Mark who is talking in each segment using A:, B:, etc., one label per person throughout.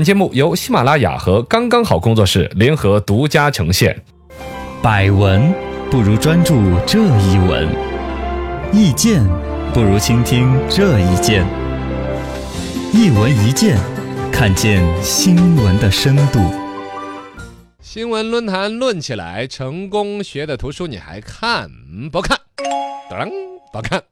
A: 本节目由喜马拉雅和刚刚好工作室联合独家呈现。
B: 百闻不如专注这一闻，意见不如倾听这一见。一闻一见，看见新闻的深度。
A: 新闻论坛论起来，成功学的图书你还看嗯不看？当不看。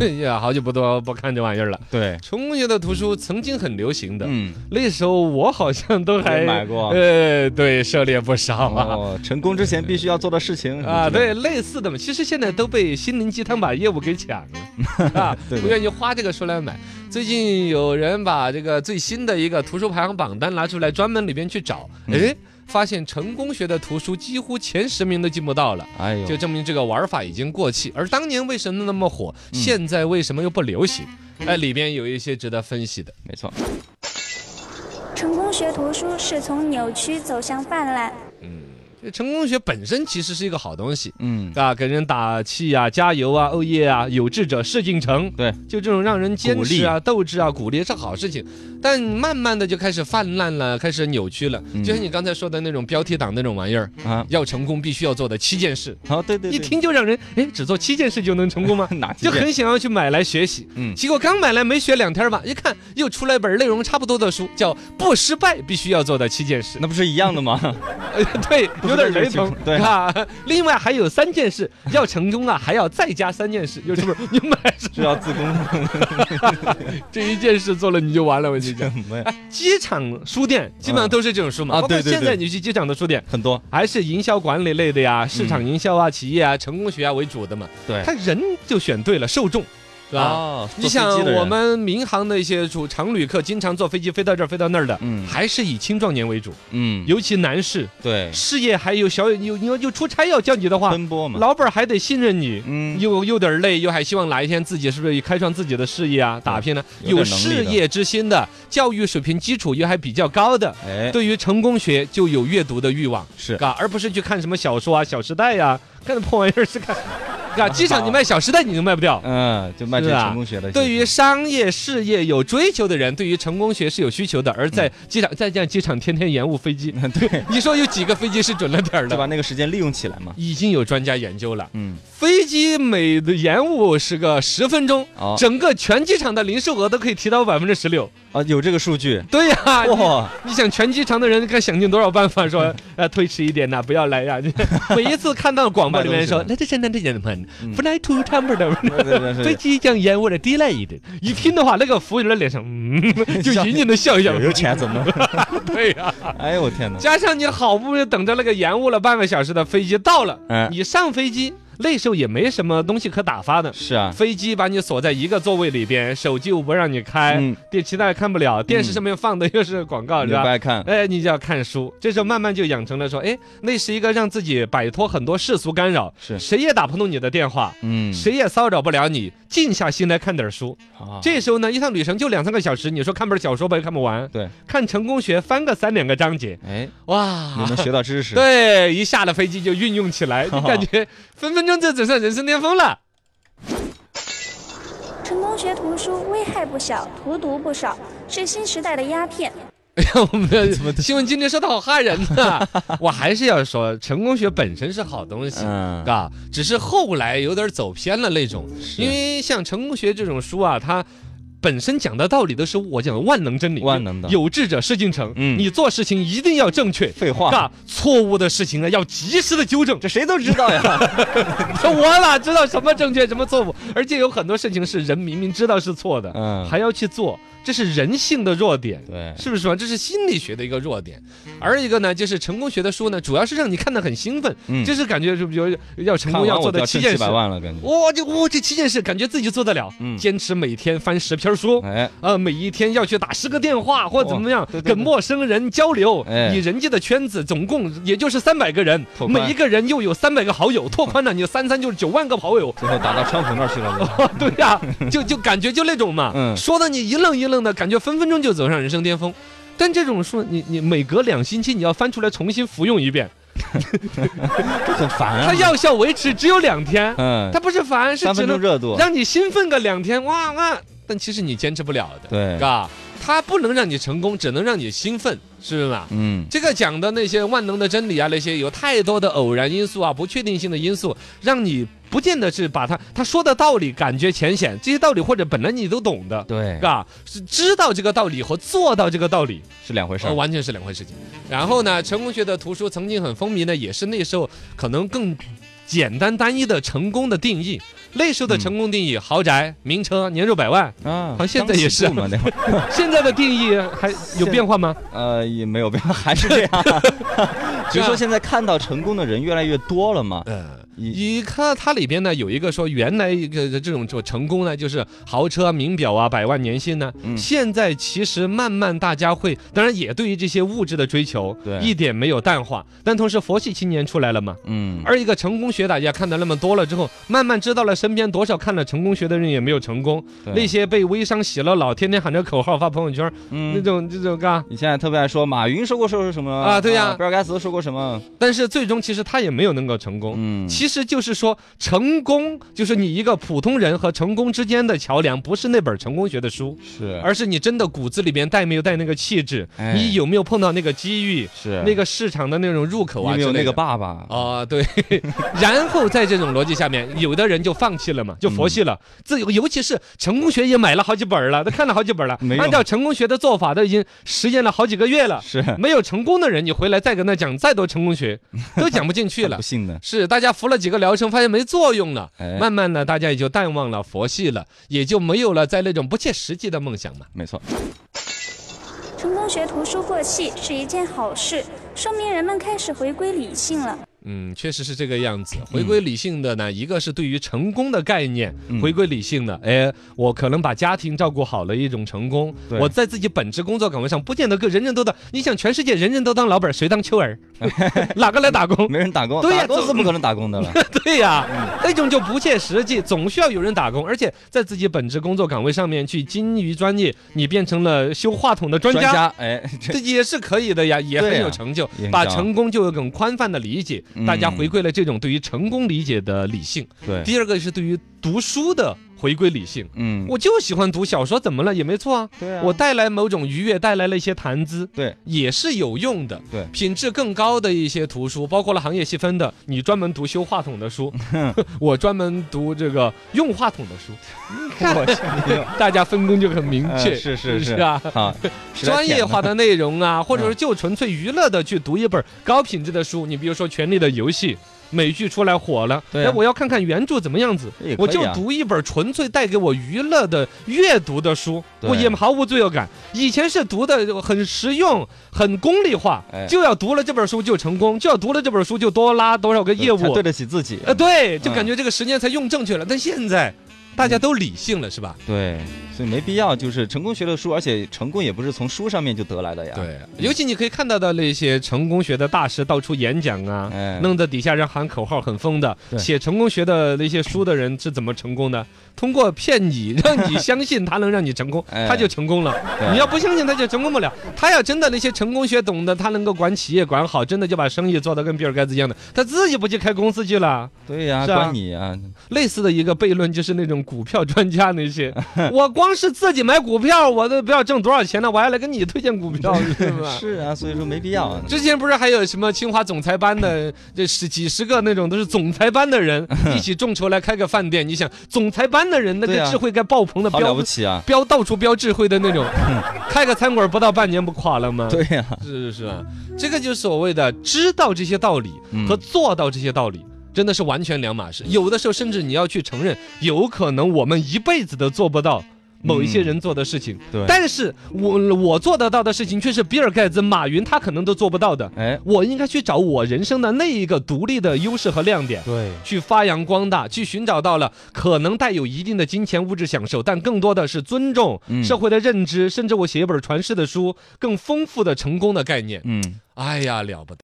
A: 哎呀，好久不多不看这玩意儿了。
C: 对，
A: 成功学的图书曾经很流行的，
C: 嗯，
A: 那时候我好像都还
C: 买过
A: 呃，对，涉猎不少啊。
C: 哦，成功之前必须要做的事
B: 嗯
C: 情
A: 啊，对，，类似的嘛，其实现在都被心灵鸡汤把业务给抢了，啊，
C: 对对
A: 不愿意花这个书来买。最近有人把这个最新的一个图书排行榜单拿出来，专门里边去找，哎，发现成功学的图书几乎前十名都进不到了。
C: 哎
B: 嗯
C: 呦，
A: 就证明这个玩法已经过气。而当年为什么那么火，现在为什么又不流行？哎，里边有一些值得分析的。
C: 没错，
D: 成功学图书是从扭曲走向泛滥。
A: 这成功学本身其实是一个好东西。
C: 嗯，
A: 啊，给人打气啊，加油啊，哦耶啊，有志者事竟成。
C: 对，
A: 就这种让人坚持啊、斗志啊、鼓励是好事情，但慢慢的就开始泛滥了，开始扭曲了。就像你刚才说的那种标题党那种玩意儿，
C: 嗯啊，
A: 要成功必须要做的七件事，
C: 好，哦对对，
A: 一
C: 对
A: 听就让人哎，只做七件事就能成功吗？
C: 哪几
A: 就
C: 件
A: 很想要去买来学习。
C: 嗯
A: 结果刚买来没学两天吧，一看又出来一本内容差不多的书，叫《不失败必须要做的七件事》
C: 那不是一样的吗？
A: 呃。 对，有点雷同。
C: 对
A: 啊，另外还有三件事要成功啊，还要再加三件事，就是不是？ 你买是
C: 是要自宫，
A: 这一件事做了你就完了，我跟你 讲。
C: 没有
A: 哎，机场书店基本上都是这种书嘛。
C: 啊
A: 包括
C: 对对
A: 现在
C: 对
A: 你去机场的书店，
C: 很多，
A: 还是营销管理类的呀，市场营销啊、企业啊、成功学啊为主的嘛。
C: 嗯对
A: 他人就选对了受众，是吧？
C: 啊，
A: 你想我，们民航的一些主常旅客，经常坐飞机飞到这儿飞到那儿的，
C: 嗯
A: 还是以青壮年为主，
C: 嗯，
A: 尤其男士，
C: 对，
A: 事业还有小有你要就出差要叫你的话，
C: 奔波嘛，
A: 老板还得信任你。
C: 嗯，
A: 又又点儿累，又还希望哪一天自己是不是开创自己的事业啊，打拼呢？
C: 嗯有点
A: 有
C: 能力
A: 事
C: 的
A: 业之心的，教育水平基础又还比较高的，
C: 哎，
A: 对于成功学就有阅读的欲望，
C: 是
A: 嘎，而不是去看什么小说啊、 《小时代》呀，看那破玩意儿是 看，嘎，机场你卖《小时代》你都卖不掉，
C: 嗯，就卖这
A: 是啊
C: 成功学的，
A: 对于商业事业有追求的人，对于成功学是有需求的。而
C: 嗯
A: 在机场，再见机场天天延误飞机，
C: 对，
A: 你说有几个飞机是准了点儿
C: 就把
A: 的？
C: 那个时间利用起来嘛，
A: 已经有专家研究了，
C: 嗯，
A: 飞机每的延误是个十分钟
C: 哦，
A: 整个全机场的零售额都可以提到百分之十六。
C: 啊，有这个数据，
A: 对呀、你
C: 哇，嗯
A: 你想全机场的人该想尽多少办法说，呃，推迟一点呐、不要来 呀、每一次看到广播里面说，
C: 卖
A: 来这那这人们
C: 嗯
A: ，fly to t a m b e r
C: 对对 对
A: 飞
C: 对，
A: 机将延误了 delay 一点。一听的话，那个服务员的脸上，嗯， 就隐隐的笑一笑
C: 有。有 钱怎么？
A: 对呀、
C: 哎呦我天哪，
A: 加上你好不容易等着那个延误了半个小时的飞机到了，
C: 嗯
A: 你上飞机那时候也没什么东西可打发的。
C: 是啊，
A: 飞机把你锁在一个座位里边，手机又不让你开
C: 嗯，
A: 电其他也看不了，电视上面放的又是广告，是
C: 你就不
A: 吧？
C: 爱看，
A: 哎，你就要看书，这时候慢慢就养成了说，哎，那是一个让自己摆脱很多世俗干扰，
C: 是
A: 谁也打不通你的电话，
C: 嗯，
A: 谁也骚扰不了你，静下心来看点书，
C: 啊
A: 这时候呢，一趟旅程就两三个小时，你说看本小说吧，也看不完。
C: 对，
A: 看成功学翻个三两个章节，
C: 哎，你
A: 哇
C: 能，学到知识，
A: 对，一下了飞机就运用起来， 就感觉分分钟就走上人生巅峰了。
D: 成功学图书危害不小，荼毒不少，是新时代的鸦片。
A: 哎呀，我们 的新闻今天说的好吓人呐、我还是要说，成功学本身是好东西。
C: 嗯，
A: 啊，只是后来有点走偏了那种，因为像成功学这种书啊，它本身讲的道理都是我讲的万能真理，
C: 万能的
A: 有志者事竟成。
C: 嗯
A: 你做事情一定要正确，
C: 废话
A: 啊，错误的事情呢要及时的纠正。
C: 这谁都知道呀。
A: 说我哪知道什么正确什么错误？而且有很多事情是人明明知道是错的，
C: 嗯
A: 还要去做，这是人性的弱点。
C: 对
A: 是不是嘛？这是心理学的一个弱点，而一个呢，就是成功学的书呢，主要是让你看得很兴奋，
C: 嗯
A: 就是感觉是不是有要成
C: 看
A: 功
C: 完
A: 要做
C: 我就
A: 的
C: 要
A: 七
C: 挣
A: 件
C: 七
A: 事
C: 百，万了，感觉。
A: 哇，这哇这七件事，感觉自己做得了，
C: 嗯
A: 坚持每天翻十篇书。
C: 哎，
A: 呃，每一天要去打十个电话或者怎么样
C: 哇，哦对对对
A: 跟陌生人交流。
C: 哎
A: 你人际的圈子总共也就是三百个人，
C: 拓宽
A: 每一个人又有三百个好友，拓宽了你的三三就是九万个好友。
C: 最后打到川普那儿去了。
A: 对呀、就就感觉就那种嘛，
C: 嗯
A: 说的你一愣一愣的，感觉分分钟就走上人生巅峰。但这种书，你你每隔两星期你要翻出来重新服用一遍，
C: 这很烦
A: 它药效维持只有两天，
C: 啊嗯
A: 它，不是烦，是
C: 三
A: 只
C: 分钟
A: 能
C: 热度。
A: 让你兴奋个两天，哇哇！但其实你坚持不了的，
C: 对
A: 嘎。它不能让你成功，只能让你兴奋，是不是嘛？
C: 嗯，
A: 这个讲的那些万能的真理啊，那些有太多的偶然因素啊、不确定性的因素，让你不见得是把他他说的道理感觉浅显，这些道理或者本来你都懂的，
C: 对，
A: 啊，是知道这个道理和做到这个道理
C: 是两回事
A: 呃，
C: 儿。
A: 完全是两回事情。然后呢，成功学的图书曾经很风靡呢，也是那时候可能更简单单一的成功的定义。那时候的成功定义，豪宅、名车、年入百万，
C: 啊
A: 好像现在也是
C: 刚起步嘛，那会儿
A: 现在的定义还有变化吗？
C: 呃也没有变化，还是这 样。只是说现在看到成功的人越来越多了嘛。
A: 呃，
C: 一
A: 你看它里边呢有一个说，原来一个这种就成功呢，就是豪车、名表啊、百万年薪呢、
C: 嗯
A: 现在其实慢慢大家会，当然也对于这些物质的追求，
C: 对
A: 一点没有淡化，但同时佛系青年出来了嘛。
C: 嗯，
A: 而一个成功学，大家看的那么多了之后，慢慢知道了身边多少看了成功学的人也没有成功，
C: 对
A: 那些被微商洗了脑，天天喊着口号发朋友圈，那
C: 嗯，
A: 种这种啊嘎，
C: 你现在特别爱说马云说过说是什么呃
A: 啊对呀
C: 比尔盖茨说过什么？
A: 但是最终其实他也没有能够成功。
C: 嗯，
A: 其实就是说，成功就是你一个普通人和成功之间的桥梁，不是那本成功学的书，
C: 是
A: 而是你真的骨子里面带没有带那个气质，
C: 哎
A: 你有没有碰到那个机遇，
C: 是
A: 那个市场的那种入口
C: 你有
A: 啊，
C: 没有那个
A: 吧。
C: 爸爸？
A: 啊、对， 然后在这种逻辑下面，有的人就放弃了
C: 嗯
A: 嘛，就佛系了。自由，尤其是成功学也买了好几本儿了，都看了好几本儿了
C: 没。用
A: 按照成功学的做法，都已经实验了好几个月了。
C: 是
A: 没有成功的人，你回来再跟他讲再多成功学，都讲不进去 了
C: 不。信的。
A: 是，大家服了几个疗程，发现没作用了。
C: 哎，
A: 慢慢呢，大家也就淡忘了佛系了，也就没有了在那种不切实际的梦想嘛。
C: 没错，
D: 成功学图书过气是一件好事，说明人们开始回归理性了。
A: 嗯，确实是这个样子。回归理性的呢，一个是对于成功的概念，回归理性的，哎，我可能把家庭照顾好了一种成功。
C: 对
A: 我在自己本职工作岗位上，不见得个人人都当。你想，全世界人人都当老板，谁当秋 儿？哪个来打工？
C: 没人打工，
A: 对呀
C: 打工
A: 总
C: 是不可能打 工的了。
A: 对呀、那种就不切实际，总需要有人打工，而且在自己本职工作岗位上面去精于专业，你变成了修话筒的专
C: 专
A: 家。
C: 家，哎，这
A: 这也是可以的呀，也很
C: 对呀
A: 有成就
C: 也，很
A: 把
C: 高
A: 成功就有更宽泛的理解，
C: 嗯
A: 大家回归了这种对于成功理解的理性。
C: 对，
A: 第二个是对于读书的回归理性，
C: 嗯，
A: 我就喜欢读小说，怎么了？也没错啊，
C: 对啊，
A: 我带来某种愉悦，带来了一些谈资，
C: 对，
A: 也是有用的。
C: 对
A: 品质更高的一些图书，包括了行业细分的，你专门读修话筒的 书，我专门读这个用话筒的书，
C: 我去，
A: 大家分工就很明
C: 呃
A: 确。
C: 是是
A: 是
C: 是
A: 啊，
C: 好，实在嗯
A: 专业
C: 舔
A: 化
C: 呢
A: 的内容啊，或者说就纯粹娱乐的去读一本高品质的书。你比如说《权力的游戏》。美剧出来火了，
C: 对啊
A: 哎，我要看看原著怎么样子
C: 也可以，啊
A: 我就读一本纯粹带给我娱乐的阅读的书，我也毫无罪恶感。以前是读的很实用、很功利化
C: 哎，
A: 就要读了这本书就成功，就要读了这本书就多拉多少个业
C: 才
A: 务
C: 对，得起自己。
A: 呃，对，就
C: 嗯
A: 感觉这个时间才用正确了。但现在大家都理性了，是吧？
C: 对，所以没必要，就是成功学的书，而且成功也不是从书上面就得来的呀。，
A: 对，尤其你可以看到的那些成功学的大师到处演讲啊，
C: 哎
A: 弄得底下人喊口号很疯的。
C: 对
A: 写成功学的那些书的人是怎么成功的？通过骗你，让你相信他能让你成功，
C: 哎
A: 他就成功了。
C: 对
A: 你要不相信，他就成功不了。他要真的那些成功学懂的，他能够管企业管好，真的就把生意做得跟比尔盖茨一样的，他自己不去开公司去了。
C: 对呀，
A: 是啊
C: 管你啊，
A: 类似的一个悖论就是那种股票专家那 些，我光是自己买股票，我都不知道挣多少钱了，我还来跟你推荐股 票，是吧？
C: 是啊，所以说没必要啊。
A: 之前不是还有什么清华总裁班的，这十几十个那种都是总裁班的 人一起众筹来开个饭店。你想，总裁班的人那
C: 对
A: 个
C: 啊
A: 智慧该爆棚的
C: 好了
A: 标
C: 不起啊！
A: 标到处标智慧的那 种，开个餐馆不到半年不垮了吗？
C: 对呀，
A: 是是是啊，这个就是所谓的知道这些道理
C: 嗯
A: 和做到这些道理。真的是完全两码事，有的时候甚至你要去承认，有可能我们一辈子都做不到某
C: 嗯
A: 一些人做的事情，
C: 对
A: 但是我我做得到的事情却是比尔盖茨、马云他可能都做不到的，
C: 哎，
A: 我应该去找我人生的那一个独立的优势和亮点。
C: 对，
A: 去发扬光大，去寻找到了可能带有一定的金钱物质享受，但更多的是尊重、
C: 嗯
A: 社会的认知，甚至我写一本传世的书，更丰富的成功的概念。
C: 嗯。
A: 哎呀，了不得！